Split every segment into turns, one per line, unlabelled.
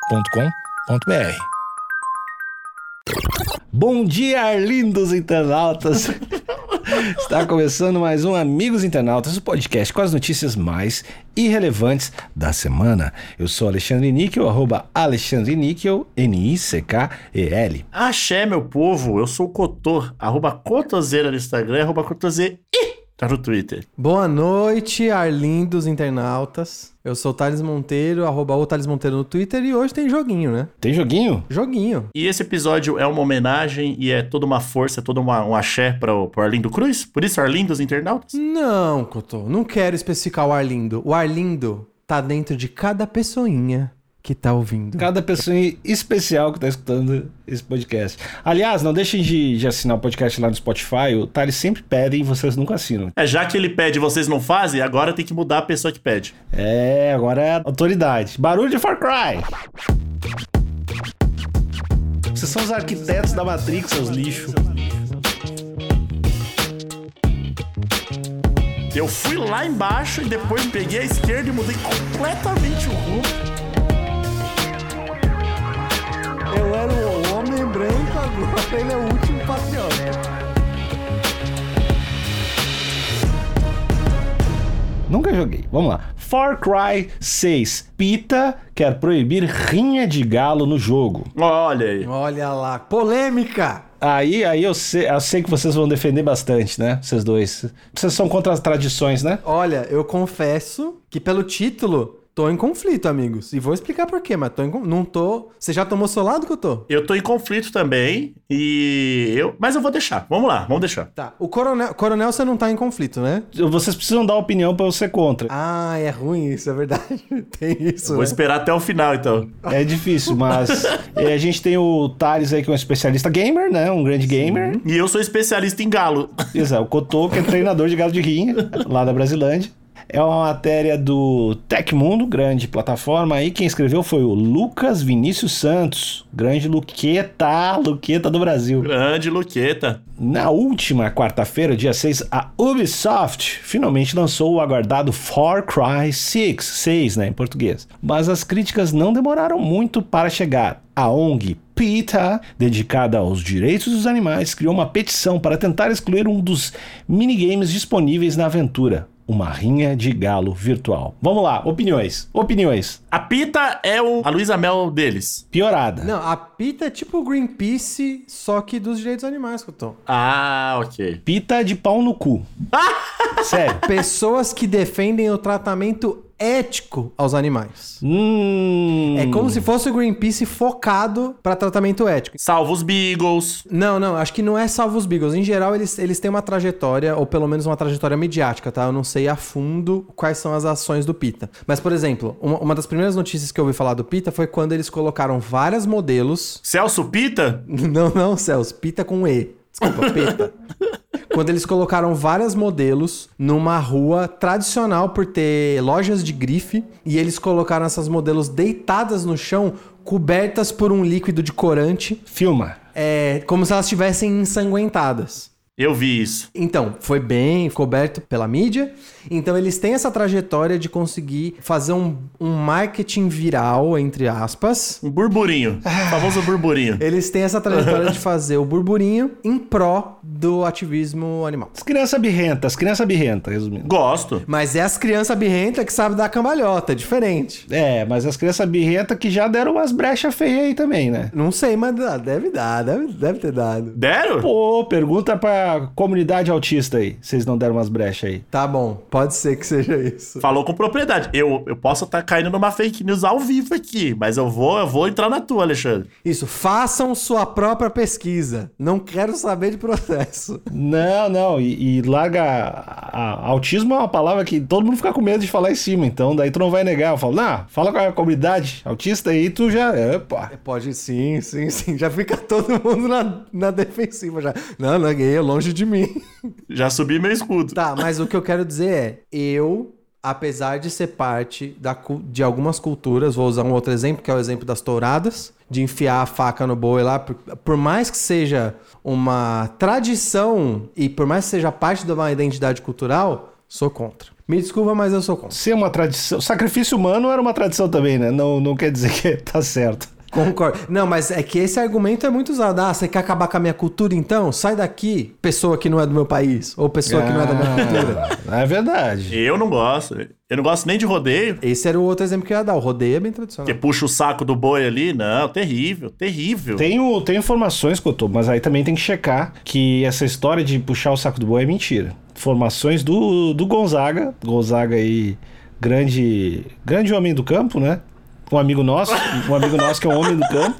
agenciadepodcast.com.br.
Bom dia, lindos internautas! Está começando mais um Amigos Internautas, o podcast com as notícias mais irrelevantes da semana. Eu sou Alexandre Níquel, arroba Alexandre Níquel, N-I-C-K-E-L.
Axé, meu povo, eu sou o Cotor, arroba Cotoseira no Instagram, arroba Cotoseira tá no Twitter.
Boa noite, arlindos internautas. Eu sou o Thales Monteiro, arroba o Thales Monteiro no Twitter e hoje tem joguinho, né?
Tem joguinho?
Joguinho.
E esse episódio é uma homenagem e é toda uma força, é todo uma, um axé para o Arlindo Cruz, por isso Arlindos Internautas.
Não, Cotô, não quero especificar o Arlindo. O Arlindo tá dentro de cada pessoinha que tá ouvindo.
Cada pessoa especial que tá escutando esse podcast. Aliás, não deixem de, de assinar o podcast lá no Spotify. O Thales sempre pede e vocês nunca assinam.
É, já que ele pede e vocês não fazem, agora tem que mudar a pessoa que pede.
É, agora é autoridade. Barulho de Far Cry! Vocês são os arquitetos da Matrix, seus lixos.
Eu fui lá embaixo e depois peguei a esquerda e mudei completamente o rumo.
Eu era o homem branco, agora ele é o último patriota.
Nunca joguei. Vamos lá. Far Cry 6. PETA quer proibir rinha de galo no jogo.
Olha aí.
Olha lá, polêmica!
Aí, aí eu, sei, eu sei que vocês vão defender bastante, né? Vocês dois. Vocês são contra as tradições, né?
Olha, eu confesso que pelo título tô em conflito, amigos. E vou explicar por quê, mas tô em con- não tô. Você já tomou solado que eu tô?
Eu tô em conflito também e eu, mas eu vou deixar. Vamos lá, vamos deixar.
Tá. O coronel, coronel você não tá em conflito, né?
Vocês precisam dar opinião pra eu ser contra.
Ah, é ruim isso, é verdade. Tem isso.
Vou
né?
esperar até o final então.
É difícil, mas é, a gente tem o Thales aí, que é um especialista gamer, né? Um grande gamer.
E eu sou especialista em galo.
Exato, o Cotô, que é treinador de galo de rinha, lá da Brasilândia. É uma matéria do Tecmundo, grande plataforma aí. Quem escreveu foi o Lucas Vinícius Santos, grande Luqueta, Luqueta do Brasil.
Grande Luqueta.
Na última quarta-feira, dia 6, a Ubisoft finalmente lançou o aguardado Far Cry 6, 6, né, em português. Mas as críticas não demoraram muito para chegar. A ONG PETA, dedicada aos direitos dos animais, criou uma petição para tentar excluir um dos minigames disponíveis na aventura. Uma rinha de galo virtual. Vamos lá, opiniões. Opiniões.
A Pita é o, a Luísa Mel deles.
Piorada.
Não, a PETA é tipo o Greenpeace, só que dos direitos animais, Couton.
Ah, ok.
Pita de pau no cu. Sério.
Pessoas que defendem o tratamento ético aos animais.
Hum.
É como se fosse o Greenpeace focado pra tratamento ético.
Salva os Beagles.
Não, não, acho que não é salvo os Beagles. Em geral, eles, eles têm uma trajetória, ou pelo menos uma trajetória midiática, tá? Eu não sei a fundo quais são as ações do Pita. Mas, por exemplo, uma, uma das primeiras notícias que eu ouvi falar do Pita foi quando eles colocaram vários modelos.
Celso Pita?
Não, não, Celso, Pita com E. Desculpa, Pita. Quando eles colocaram vários modelos numa rua tradicional por ter lojas de grife, e eles colocaram essas modelos deitadas no chão, cobertas por um líquido de corante.
Filma.
É, como se elas estivessem ensanguentadas.
Eu vi isso.
Então, foi bem coberto pela mídia. Então, eles têm essa trajetória de conseguir fazer um, um marketing viral, entre aspas.
Um burburinho. O famoso burburinho.
Eles têm essa trajetória de fazer o burburinho em pró do ativismo animal.
As crianças birrentas, as crianças birrentas, resumindo.
Gosto.
Mas é as crianças birrentas que sabem dar cambalhota, é diferente.
É, mas as crianças birrentas que já deram umas brechas feias aí também, né?
Não sei, mas dá- deve dar, deve, deve ter dado.
Deram?
Pô, pergunta pra comunidade autista aí, vocês não deram umas brechas aí.
Tá bom, pode ser que seja isso.
Falou com propriedade. Eu, eu posso estar caindo numa fake news ao vivo aqui, mas eu vou, eu vou entrar na tua, Alexandre.
Isso, façam sua própria pesquisa. Não quero saber de processo.
Não, não, e, e larga. a- a- autismo é uma palavra que todo mundo fica com medo de falar em cima, então daí tu não vai negar. Eu falo, não, fala com a comunidade autista aí, tu já. Opa.
É, Pode sim, sim, sim. Já fica todo mundo na, na defensiva já. Não, não, gay é longe de mim.
Já subi meu escudo.
Tá, mas o que eu quero dizer é, eu, apesar de ser parte da, cu- de algumas culturas, vou usar um outro exemplo, que é o exemplo das touradas, de enfiar a faca no boi lá, por, por mais que seja uma tradição e por mais que seja parte de uma identidade cultural, Sou contra. Me desculpa, mas eu sou contra.
Ser é uma tradição. Sacrifício humano era uma tradição também, né? Não, não quer dizer que tá certo.
Concordo. Não, mas é que esse argumento é muito usado. Ah, você quer acabar com a minha cultura então? Sai daqui, pessoa que não é do meu país. Ou pessoa que não é da minha cultura.
Ah, É verdade.
Eu não gosto. Eu não gosto nem de rodeio.
Esse era o outro exemplo que eu ia dar. O rodeio é bem tradicional.
Porque puxa o saco do boi ali. Não, terrível, terrível.
Tem, o, tem informações, Cotô, mas aí também tem que checar que essa história de puxar o saco do boi é mentira. Informações do, do Gonzaga. Gonzaga aí, grande, grande homem do campo, né? Um amigo nosso, um amigo nosso que é um homem do campo.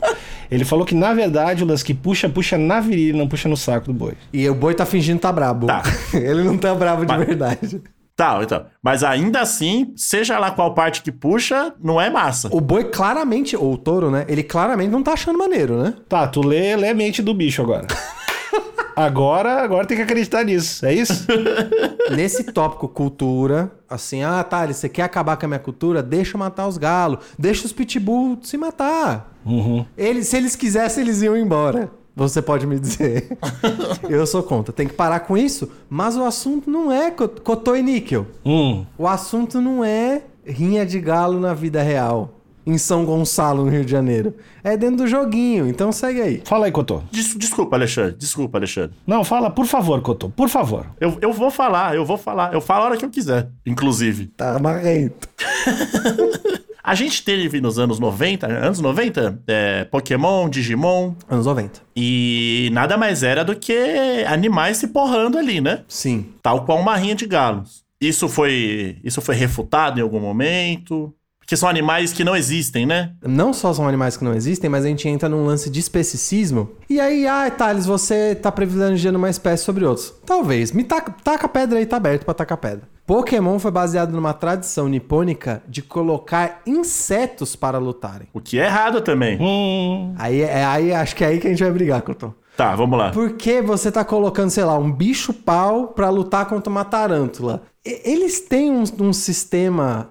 Ele falou que, na verdade, o lance que puxa, puxa na virilha, não puxa no saco do boi.
E o boi tá fingindo tá brabo.
Tá.
Ele não tá brabo de
Mas-
verdade.
Tal, então. Mas ainda assim, seja lá qual parte que puxa, não é massa.
O boi claramente, ou o touro, né? Ele claramente não tá achando maneiro, né?
Tá, tu lê, lê a mente do bicho agora. Agora, agora tem que acreditar nisso, é isso?
Nesse tópico cultura, assim, ah, Thales, você quer acabar com a minha cultura? Deixa eu matar os galos. Deixa os pitbull se matar.
Uhum,
Eles, se eles quisessem, eles iam embora. Você pode me dizer. eu sou contra. Tem que parar com isso. Mas o assunto não é co- cotô e níquel.
Hum.
O assunto não é rinha de galo na vida real. Em São Gonçalo, no Rio de Janeiro. É dentro do joguinho. Então segue aí.
Fala aí, Cotô.
Des- desculpa, Alexandre. Desculpa, Alexandre.
Não, fala, por favor, Cotô, por favor.
Eu, eu vou falar, eu vou falar. Eu falo a hora que eu quiser, inclusive.
Tá marrento.
A gente teve nos anos 90, anos 90, é, Pokémon, Digimon,
Anos 90.
e nada mais era do que animais se porrando ali, né?
Sim.
Tal qual uma rinha de galos. Isso foi, isso foi refutado em algum momento? Porque são animais que não existem, né?
não só são animais que não existem, mas a gente entra num lance de especicismo. E aí, ah, Thales, você tá privilegiando uma espécie sobre outros. Talvez. Me taca, taca pedra aí, tá aberto pra tacar pedra. Pokémon foi baseado numa tradição nipônica de colocar insetos para lutarem.
O que é errado também.
Hum.
Aí, é, aí acho que é aí que a gente vai brigar, Coton.
Tá, vamos lá.
Por que você tá colocando, sei lá, um bicho pau pra lutar contra uma tarântula? E- Eles têm um, um sistema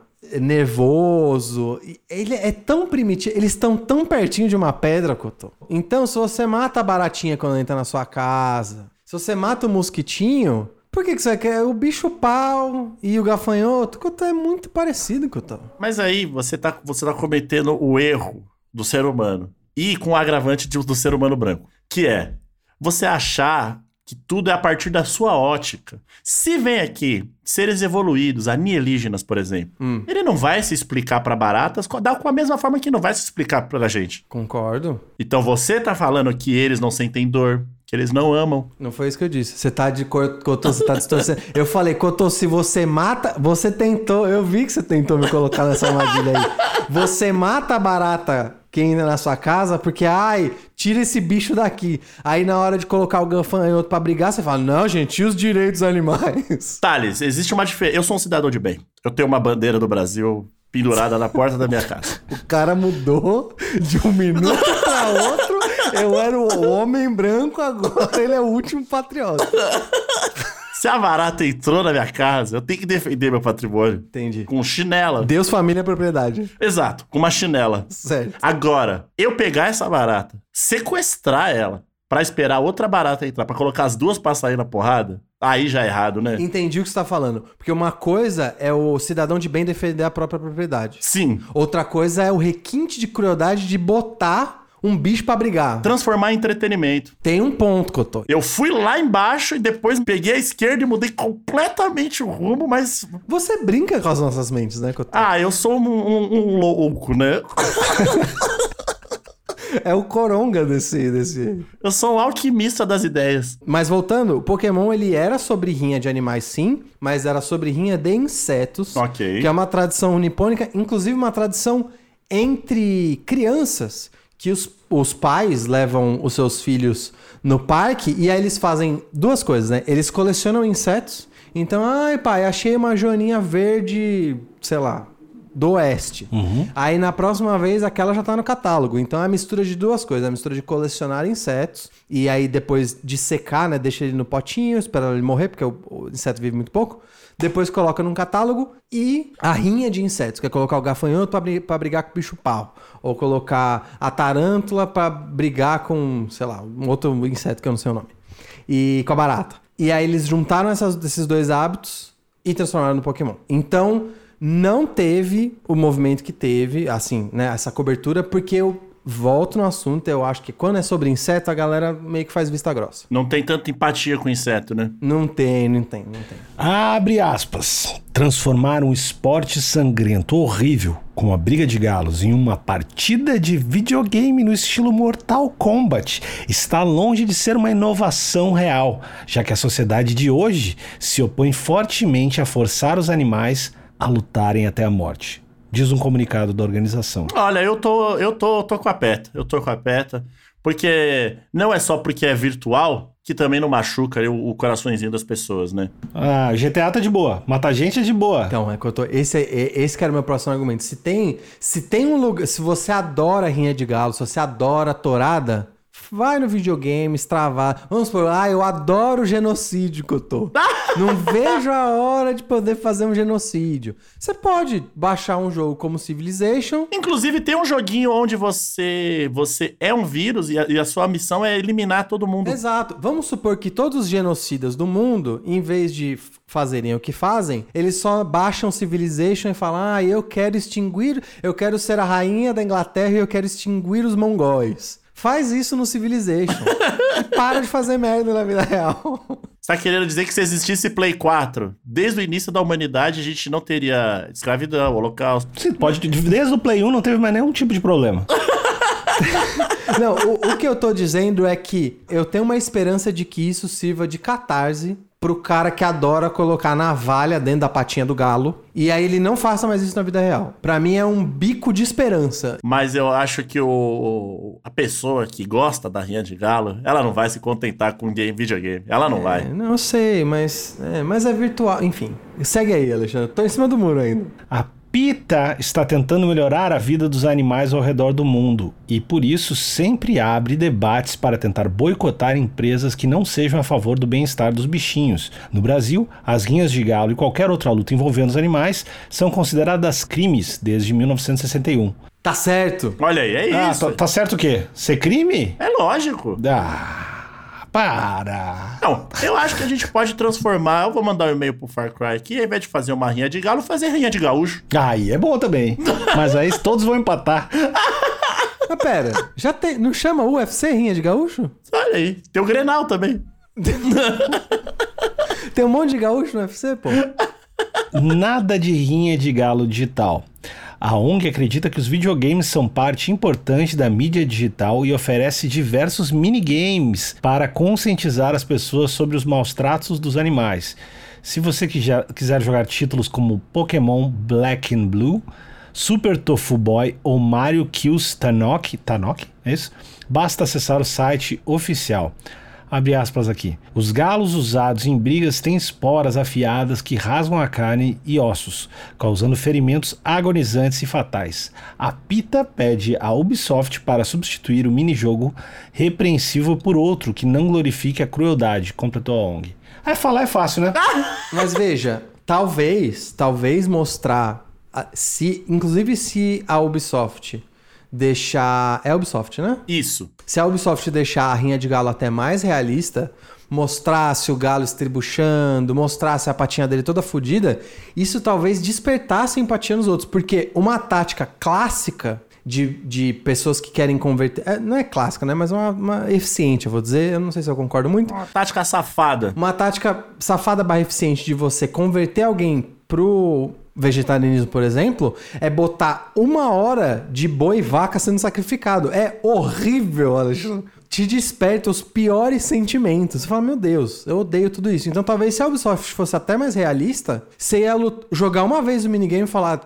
nervoso. e Ele é tão primitivo. Eles estão tão pertinho de uma pedra, Cotô. Então, se você mata a baratinha quando entra na sua casa, se você mata o mosquitinho, por que, que você quer? O bicho pau e o gafanhoto, Cotô, é muito parecido, Cotô.
Mas aí você tá, você tá cometendo o erro do ser humano. E com o agravante de- do ser humano branco. Que é você achar que tudo é a partir da sua ótica. Se vem aqui seres evoluídos, anielígenas, por exemplo,
Hum.
ele não vai se explicar pra baratas co- da- com a mesma forma que não vai se explicar pra gente.
Concordo.
Então você tá falando que eles não sentem dor, que eles não amam.
Não foi isso que eu disse. Você tá de cor- Cotô, você tá distorcendo. Eu falei, Cotô, se você mata. Você tentou. Eu vi que você tentou me colocar nessa armadilha aí. Você mata a barata que ainda na sua casa, porque, ai, tira esse bicho daqui. Aí na hora de colocar o gafanhoto pra brigar, você fala, não, gente, e os direitos dos animais?
Thales, existe uma diferença. Eu sou um cidadão de bem. Eu tenho uma bandeira do Brasil pendurada na porta da minha casa.
O cara mudou de um minuto pra outro. Eu era o homem branco, agora ele é o último patriota.
Se a barata entrou na minha casa, eu tenho que defender meu patrimônio.
Entendi.
Com chinela.
Deus, família, propriedade.
Exato, com uma chinela.
Sério.
Agora, eu pegar essa barata, sequestrar ela, pra esperar outra barata entrar, pra colocar as duas pra sair na porrada, aí já é errado, né?
Entendi o que você tá falando. Porque uma coisa é o cidadão de bem defender a própria propriedade.
Sim.
Outra coisa é o requinte de crueldade de botar um bicho pra brigar.
Transformar em entretenimento.
Tem um ponto, Cotô.
Eu fui lá embaixo e depois peguei a esquerda e mudei completamente o rumo, mas.
Você brinca com as nossas mentes, né, Cotô?
Ah, eu sou um, um- um louco, né?
É o coronga desse, desse...
Eu sou um alquimista das ideias.
Mas voltando, o Pokémon ele era sobre rinha de animais, sim, mas era sobre rinha de insetos.
Ok.
Que é uma tradição nipônica, inclusive uma tradição entre crianças, que os, os pais levam os seus filhos no parque e aí eles fazem duas coisas, né? Eles colecionam insetos. Então, ai pai, achei uma joaninha verde, sei lá, do oeste. Aí na próxima vez aquela já tá no catálogo. Então é a mistura de duas coisas, a mistura de colecionar insetos e aí depois de secar, né, deixa ele no potinho, espera ele morrer porque o, o inseto vive muito pouco. Depois coloca num catálogo e a rinha de insetos, que é colocar o gafanhoto pra, bri- pra brigar com o bicho pau, ou colocar a tarântula pra brigar com, sei lá, um outro inseto que eu não sei o nome, e com a barata. E aí eles juntaram essas- esses dois hábitos e transformaram no Pokémon. Então, não teve o movimento que teve, assim, né? Essa cobertura, porque eu volto no assunto, eu acho que quando é sobre inseto, a galera meio que faz vista grossa.
Não tem tanta empatia com o inseto, né?
Não tem, não tem, não tem.
Abre aspas. Transformar um esporte sangrento horrível, como a briga de galos, em uma partida de videogame no estilo Mortal Kombat está longe de ser uma inovação real, já que a sociedade de hoje se opõe fortemente a forçar os animais a lutarem até a morte. Diz um comunicado da organização.
Olha, eu tô, eu tô, tô com a peta. Eu tô com a peta. Porque não é só porque é virtual que também não machuca o, o coraçõezinho das pessoas, né?
Ah, GTA tá de boa. Matar gente é de boa.
Então, é que eu tô. Esse, é- é- esse que era o meu próximo argumento. Se tem, se tem um lugar. Se você adora rinha de galo, se você adora torada, vai no videogame, extravar. Vamos supor, ah, eu adoro o genocídio que eu tô. Não vejo a hora de poder fazer um genocídio. Você pode baixar um jogo como Civilization.
Inclusive, tem um joguinho onde você você é um vírus e a, e a sua missão é eliminar todo mundo.
Exato. Vamos supor que todos os genocidas do mundo, em vez de f- fazerem o que fazem, eles só baixam Civilization e falam: ah, eu quero extinguir, eu quero ser a rainha da Inglaterra e eu quero extinguir os mongóis. Faz isso no Civilization. e para de fazer merda na vida real.
Você tá querendo dizer que se existisse Play 4, desde o início da humanidade, a gente não teria escravidão, holocausto.
Você pode. Desde o Play 1 não teve mais nenhum tipo de problema.
Não, o, o que eu tô dizendo é que eu tenho uma esperança de que isso sirva de catarse pro cara que adora colocar navalha dentro da patinha do galo. E aí ele não faça mais isso na vida real. Pra mim é um bico de esperança.
Mas eu acho que o, a pessoa que gosta da Rinha de Galo, ela não vai se contentar com game, videogame. Ela não
É,
vai.
não eu sei, mas é, mas é virtual. Enfim, segue aí, Alexandre. Tô em cima do muro ainda.
A PETA está tentando melhorar a vida dos animais ao redor do mundo e, por isso, sempre abre debates para tentar boicotar empresas que não sejam a favor do bem-estar dos bichinhos. No Brasil, as guinhas de galo e qualquer outra luta envolvendo os animais são consideradas crimes desde 1961.
Tá certo.
Olha aí, é
Ah,
isso.
tá, tá certo o quê? Ser crime?
É lógico.
Ah, para!
Não, eu acho que a gente pode transformar. Eu vou mandar um e-mail pro Far Cry aqui, ao invés de fazer uma rinha de galo, fazer rinha de gaúcho.
Aí é bom também, mas aí todos vão empatar.
Mas pera, já tem. Não chama UFC Rinha de Gaúcho?
Olha aí, tem o Grenal também.
Tem um monte de gaúcho no UFC, pô.
Nada de rinha de galo digital. A ONG acredita que os videogames são parte importante da mídia digital e oferece diversos minigames para conscientizar as pessoas sobre os maus tratos dos animais. Se você que já- quiser jogar títulos como Pokémon Black and Blue, Super Tofu Boy ou Mario Kills Tanok, Tanok, é isso? Basta acessar o site oficial. Abre aspas aqui. Os galos usados em brigas têm esporas afiadas que rasgam a carne e ossos, causando ferimentos agonizantes e fatais. A PITA pede à Ubisoft para substituir o minijogo repreensivo por outro que não glorifique a crueldade, completou a ONG. Aí falar é fácil, né?
Mas veja, talvez, talvez mostrar. a- se, inclusive se a Ubisoft deixar. É a Ubisoft, né?
Isso.
Se a Ubisoft deixar a rinha de galo até mais realista, mostrasse o galo estribuchando, mostrasse a patinha dele toda fodida, isso talvez despertasse a empatia nos outros. Porque uma tática clássica de, de pessoas que querem converter. é, não é clássica, né? Mas uma, uma eficiente, eu vou dizer. Eu não sei se eu concordo muito.
Uma tática safada.
Uma tática safada barra eficiente de você converter alguém pro vegetarianismo, por exemplo, é botar uma hora de boi e vaca sendo sacrificado. É horrível, Alexandre. Te desperta os piores sentimentos. Você fala, meu Deus, eu odeio tudo isso. Então talvez se a Ubisoft fosse até mais realista, você ia lut- jogar uma vez o minigame e falar.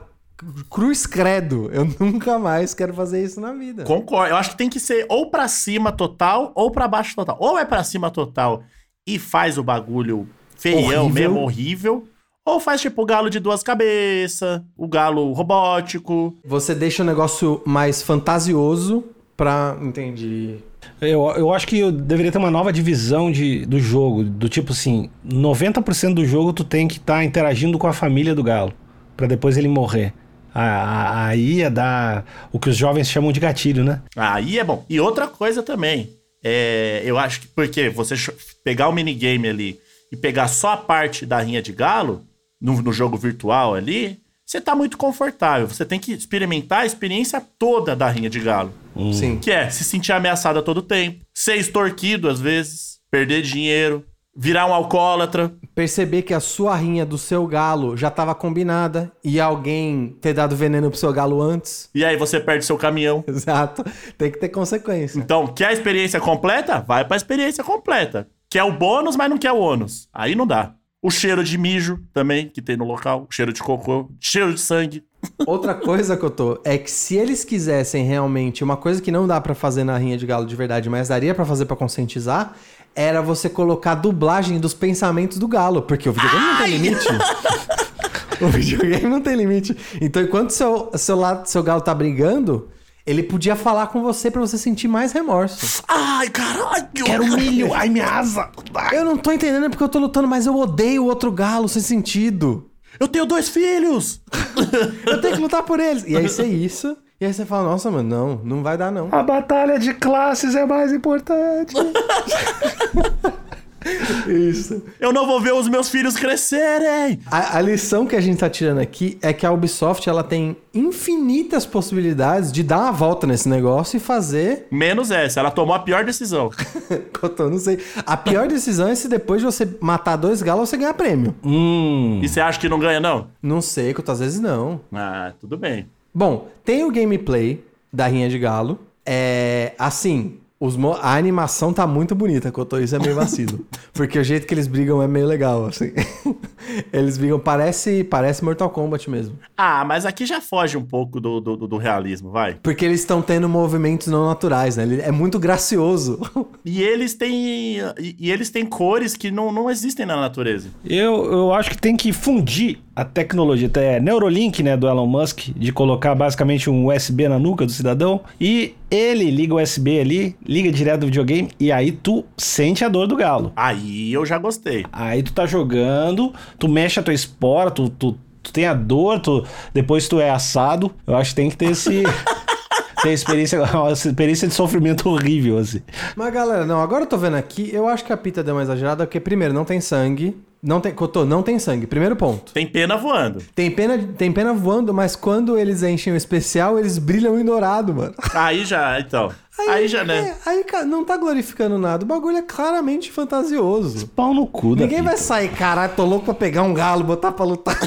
Cruz credo, eu nunca mais quero fazer isso na vida.
Concordo. Eu acho que tem que ser ou pra cima total ou pra baixo total. Ou é pra cima total e faz o bagulho feião
Horrível.
mesmo, horrível. Ou faz tipo o galo de duas cabeças, o galo robótico.
Você deixa o negócio mais fantasioso pra. Entendi.
Eu, eu acho que eu deveria ter uma nova divisão de, do jogo, do tipo assim, 90% do jogo tu tem que estar interagindo com a família do galo, pra depois ele morrer. A- a- Aí ia dar o que os jovens chamam de gatilho, né?
Aí é bom. E outra coisa também, é, eu acho que porque você cho- pegar o minigame ali e pegar só a parte da rinha de galo, no, no jogo virtual ali, você tá muito confortável. Você tem que experimentar a experiência toda da rinha de galo.
Sim.
Que é se sentir ameaçado a todo tempo, ser extorquido às vezes, perder dinheiro, virar um alcoólatra.
Perceber que a sua rinha do seu galo já tava combinada e alguém ter dado veneno pro seu galo antes.
E aí você perde seu caminhão.
Exato. Tem que ter consequência.
Então, quer a experiência completa? Vai pra experiência completa. Quer o bônus, mas não quer o ônus. Aí não dá. O cheiro de mijo também, que tem no local. Cheiro de cocô, cheiro de sangue.
Outra coisa que eu tô é que se eles quisessem realmente uma coisa que não dá pra fazer na rinha de galo de verdade, mas daria pra fazer pra conscientizar, era você colocar a dublagem dos pensamentos do galo, porque o videogame não tem limite. o videogame não tem limite. Então, enquanto seu seu, lado, seu galo tá brigando, ele podia falar com você pra você sentir mais remorso.
Ai, caralho!
Quero um milho, ai minha asa. Ai.
Eu não tô entendendo é porque eu tô lutando, mas eu odeio o outro galo sem sentido.
Eu tenho dois filhos!
Eu tenho que lutar por eles. E aí você é isso. E aí você fala, nossa, mano, não, não vai dar não.
A batalha de classes é mais importante.
Isso.
Eu não vou ver os meus filhos crescerem!
A, a lição que a gente tá tirando aqui é que a Ubisoft ela tem infinitas possibilidades de dar uma volta nesse negócio e fazer.
Menos essa, ela tomou a pior decisão.
Cotô, não sei. A pior decisão é se depois de você matar dois galos você ganhar prêmio.
hum.
E você acha que não ganha, não?
Não sei, Cotô, às vezes não.
Ah, tudo bem.
Bom, tem o gameplay da Rinha de Galo. É. Assim. os mo- a animação tá muito bonita, Cotô, isso é meio vacilo. porque o jeito que eles brigam é meio legal, assim. eles brigam, parece, parece Mortal Kombat mesmo.
Ah, mas aqui já foge um pouco do, do, do- do realismo, vai.
Porque eles estão tendo movimentos não naturais, né? Ele é muito gracioso.
E eles têm. E, e eles têm cores que não, não existem na natureza.
Eu, eu acho que tem que fundir a tecnologia, até Neurolink, né, do Elon Musk, de colocar basicamente um USB na nuca do cidadão e ele liga o USB ali, liga direto do videogame e aí tu sente a dor do galo.
Aí eu já gostei.
Aí tu tá jogando, tu mexe a tua espora, tu, tu, tu tem a dor, tu, depois tu é assado. Eu acho que tem que ter esse. ter experiência, uma experiência de sofrimento horrível, assim.
Mas galera, não, agora eu tô vendo aqui, eu acho que a pita deu uma exagerada, porque primeiro, não tem sangue. Não tem. Cotô, não tem sangue. Primeiro ponto.
Tem pena voando.
Tem pena, tem pena voando, mas quando eles enchem o especial, eles brilham em dourado, mano.
Aí já, então. Aí, já, né?
é, aí ca- não tá glorificando nada. O bagulho é claramente fantasioso.
Pau no cu, da
Ninguém
vida.
vai sair, caralho, tô louco pra pegar um galo, botar pra lutar.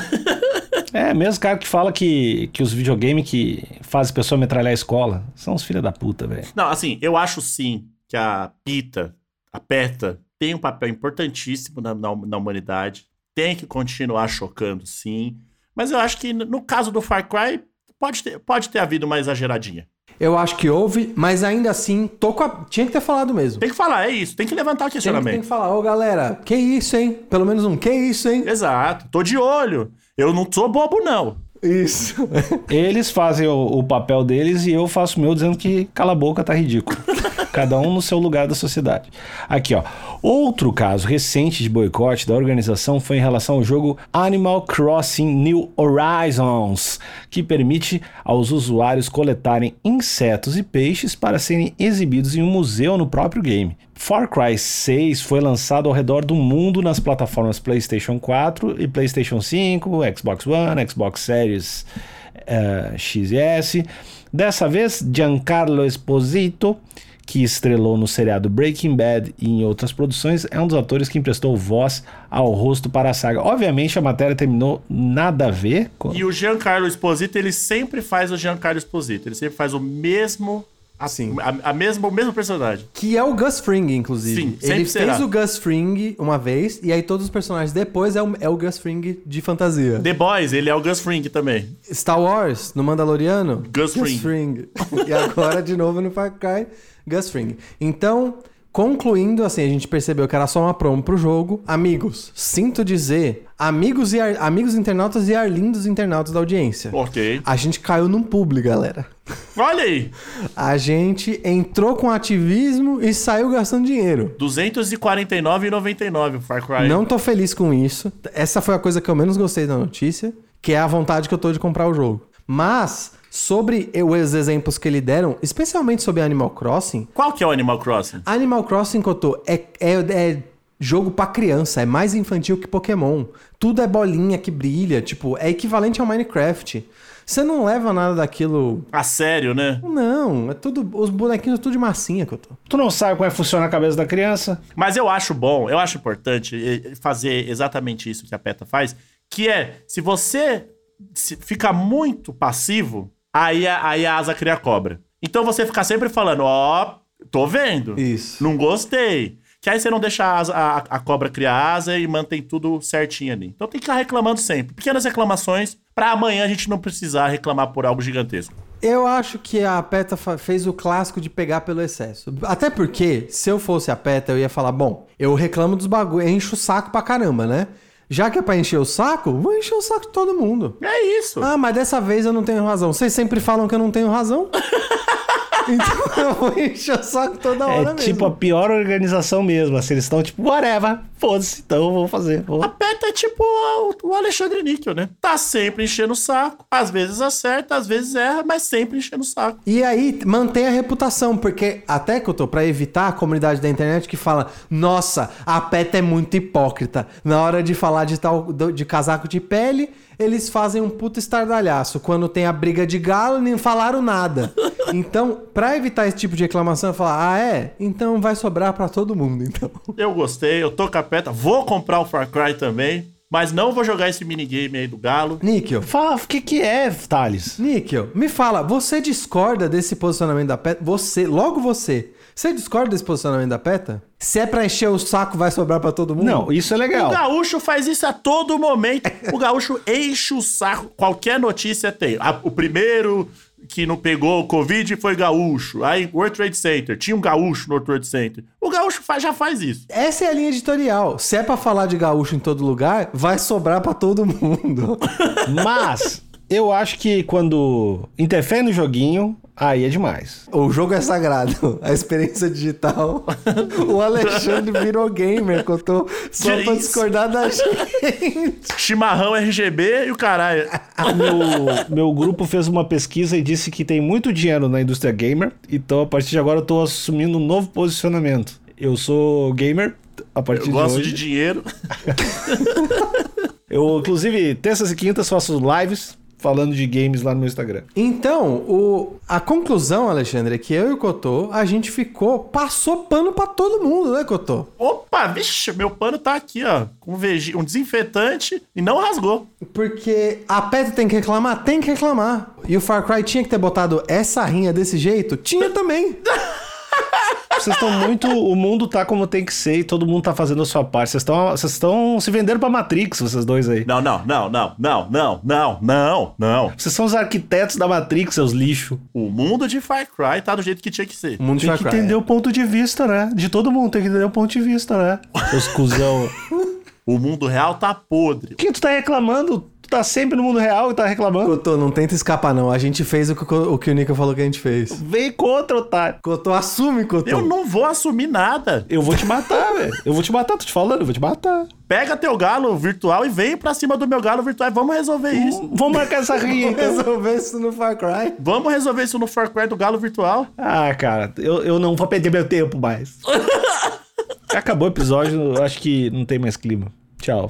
É, mesmo cara que fala que, que os videogames que fazem pessoa metralhar a escola são os filha da puta, velho.
Não, assim, eu acho sim que a Pita, a PETA, tem um papel importantíssimo na, na- na humanidade. Tem que continuar chocando, sim. Mas eu acho que no- no caso do Far Cry, pode ter, pode ter havido uma exageradinha.
Eu acho que houve, mas ainda assim, tô com a... tinha que ter falado mesmo.
Tem que falar, é isso. Tem que levantar o
Tem que,
questionamento.
tem que falar, ô galera, que isso, hein? Pelo menos um que isso, hein?
Exato. Tô de olho. Eu não sou bobo, não.
Isso.
Eles fazem o, o papel deles e eu faço o meu dizendo que cala a boca, tá ridículo. Cada um no seu lugar da sociedade. Aqui, ó. Outro caso recente de boicote da organização foi em relação ao jogo Animal Crossing New Horizons, que permite aos usuários coletarem insetos e peixes para serem exibidos em um museu no próprio game. Far Cry 6 foi lançado ao redor do mundo nas plataformas PlayStation 4 e PlayStation 5, Xbox One, Xbox Series eh, XS. Dessa vez, Giancarlo Esposito, que estrelou no seriado Breaking Bad e em outras produções, é um dos atores que emprestou voz ao rosto para a saga. Obviamente, a matéria terminou nada a ver. com-
E o Giancarlo Esposito, ele sempre faz o Giancarlo Esposito. Ele sempre faz o mesmo. A,
Sim.
a, a mesma, o mesmo personagem.
Assim, Que é o Gus Fring, inclusive.
Sim, sempre
Ele fez
será.
o Gus Fring uma vez, e aí todos os personagens depois é o, é o Gus Fring de fantasia.
The Boys, ele é o Gus Fring também.
Star Wars, no Mandaloriano,
Gus Fring.
Fring. e agora, de novo, no Far Cry, Gus Fring. Então, concluindo, assim, a gente percebeu que era só uma promo pro jogo. Amigos, sinto dizer, amigos, e ar- amigos internautas e arlindos internautas da audiência.
Ok.
A gente caiu num publi, galera.
Olha aí.
A gente entrou com ativismo e saiu gastando dinheiro.
249,99 o Far Cry.
Não tô feliz com isso. Essa foi a coisa que eu menos gostei da notícia, que é a vontade que eu tô de comprar o jogo. Mas, sobre os exemplos que ele deram, especialmente sobre Animal Crossing,
Qual que é o Animal Crossing?
Animal Crossing, Cotô, é, é, é jogo pra criança, é mais infantil que Pokémon. Tudo é bolinha que brilha, tipo, é equivalente ao Minecraft. Você não leva nada daquilo.
A sério, né?
Não, é tudo. Os bonequinhos tudo de massinha que eu tô.
Tu não sabe como é que funciona a cabeça da criança?
Mas eu acho bom, eu acho importante eh, fazer exatamente isso que a PETA faz, que é, se você se- fica muito passivo, aí a, aí a asa cria cobra. Então você fica sempre falando, ó, tô vendo,
Isso.
não gostei. Que aí você não deixa a, asa- a, a cobra criar asa e mantém tudo certinho ali. Então tem que ficar reclamando sempre. Pequenas reclamações, pra amanhã a gente não precisar reclamar por algo gigantesco.
Eu acho que a PETA fa- fez o clássico de pegar pelo excesso. Até porque, se eu fosse a PETA, eu ia falar: bom, eu reclamo dos bagulho, encho o saco pra caramba, né? Já que é pra encher o saco, vou encher o saco de todo mundo.
É isso.
Ah, mas dessa vez eu não tenho razão. Vocês sempre falam que eu não tenho razão. então eu vou encher o saco toda
É
hora mesmo.
tipo a pior organização mesmo. Assim, eles estão tipo, whatever, foda-se, então eu vou fazer. vou.
A PETA é tipo o- o Alexandre Níquel, né? Tá sempre enchendo o saco. Às vezes acerta, às vezes erra, mas sempre enchendo o saco.
E aí, mantém a reputação, porque até que eu tô pra evitar a comunidade da internet que fala: nossa, a PETA é muito hipócrita. Na hora de falar de tal do- de casaco de pele, eles fazem um puto estardalhaço. Quando tem a briga de galo, nem falaram nada. Então, pra evitar esse tipo de reclamação, eu falar: ah, é? Então vai sobrar pra todo mundo, então.
Eu gostei, eu tô com a PETA. Vou comprar o Far Cry também, mas não vou jogar esse minigame aí do Galo.
Níquel.
Fala, o que, que é, Thales?
Níquel, me fala, você discorda desse posicionamento da PETA? Você, logo você, você discorda desse posicionamento da PETA? Se é pra encher o saco, vai sobrar pra todo mundo?
Não, isso é
O
legal.
gaúcho faz isso a todo momento. O gaúcho enche o saco. Qualquer notícia tem. A- o primeiro que não pegou o Covid foi gaúcho. Aí, World Trade Center. Tinha um gaúcho no World Trade Center. O gaúcho faz- já faz isso.
Essa é a linha editorial. Se é pra falar de gaúcho em todo lugar, vai sobrar pra todo mundo.
Mas eu acho que quando interfere no joguinho, aí é demais.
o jogo é sagrado. A experiência digital. o Alexandre virou gamer, que eu tô só
Que
pra
isso?
discordar da gente.
Chimarrão RGB e o caralho.
Meu, meu grupo fez uma pesquisa e disse que tem muito dinheiro na indústria gamer, então a partir de agora eu tô assumindo um novo posicionamento. Eu sou gamer a partir
Eu gosto
de hoje.
de dinheiro.
Eu, inclusive, terças e quintas faço lives falando de games lá no meu Instagram.
Então, o- a conclusão, Alexandre, é que eu e o Cotô, a gente ficou, passou pano pra todo mundo, né, Cotô?
Opa, vixe, meu pano tá aqui, ó. Com um vegi- um desinfetante e não rasgou.
Porque a PETA tem que reclamar? Tem que reclamar. E o Far Cry tinha que ter botado essa rinha desse jeito? Tinha também.
Vocês estão muito. O mundo tá como tem que ser e todo mundo tá fazendo a sua parte. Vocês estão vocês estão se vendendo pra Matrix, vocês dois aí.
Não, não, não, não, não, não, não, não, não.
Vocês são os arquitetos da Matrix, seus lixos.
O mundo de Far Cry tá do jeito que tinha que ser.
O mundo de
Tem
Far
que
Cry.
entender o ponto de vista, né? De todo mundo tem que entender o ponto de vista, né? Os cuzão.
O mundo real tá podre.
Por que tu tá reclamando? Tu tá sempre no mundo real e tá reclamando?
Cotô, não tenta escapar, não. A gente fez o que o, o que o Nico falou que a gente fez.
Vem contra, otário.
Cotô, assume, Cotô.
Eu não vou assumir nada.
Eu vou te matar, velho. Eu vou te matar, tô te falando, eu vou te matar.
Pega teu galo virtual e vem pra cima do meu galo virtual. Vamos resolver isso.
Vamos marcar essa rinha, então.
resolver isso no Far Cry.
Vamos resolver isso no Far Cry do galo virtual.
Ah, cara, eu, eu não vou perder meu tempo mais. Acabou o episódio, eu acho que não tem mais clima. Tchau.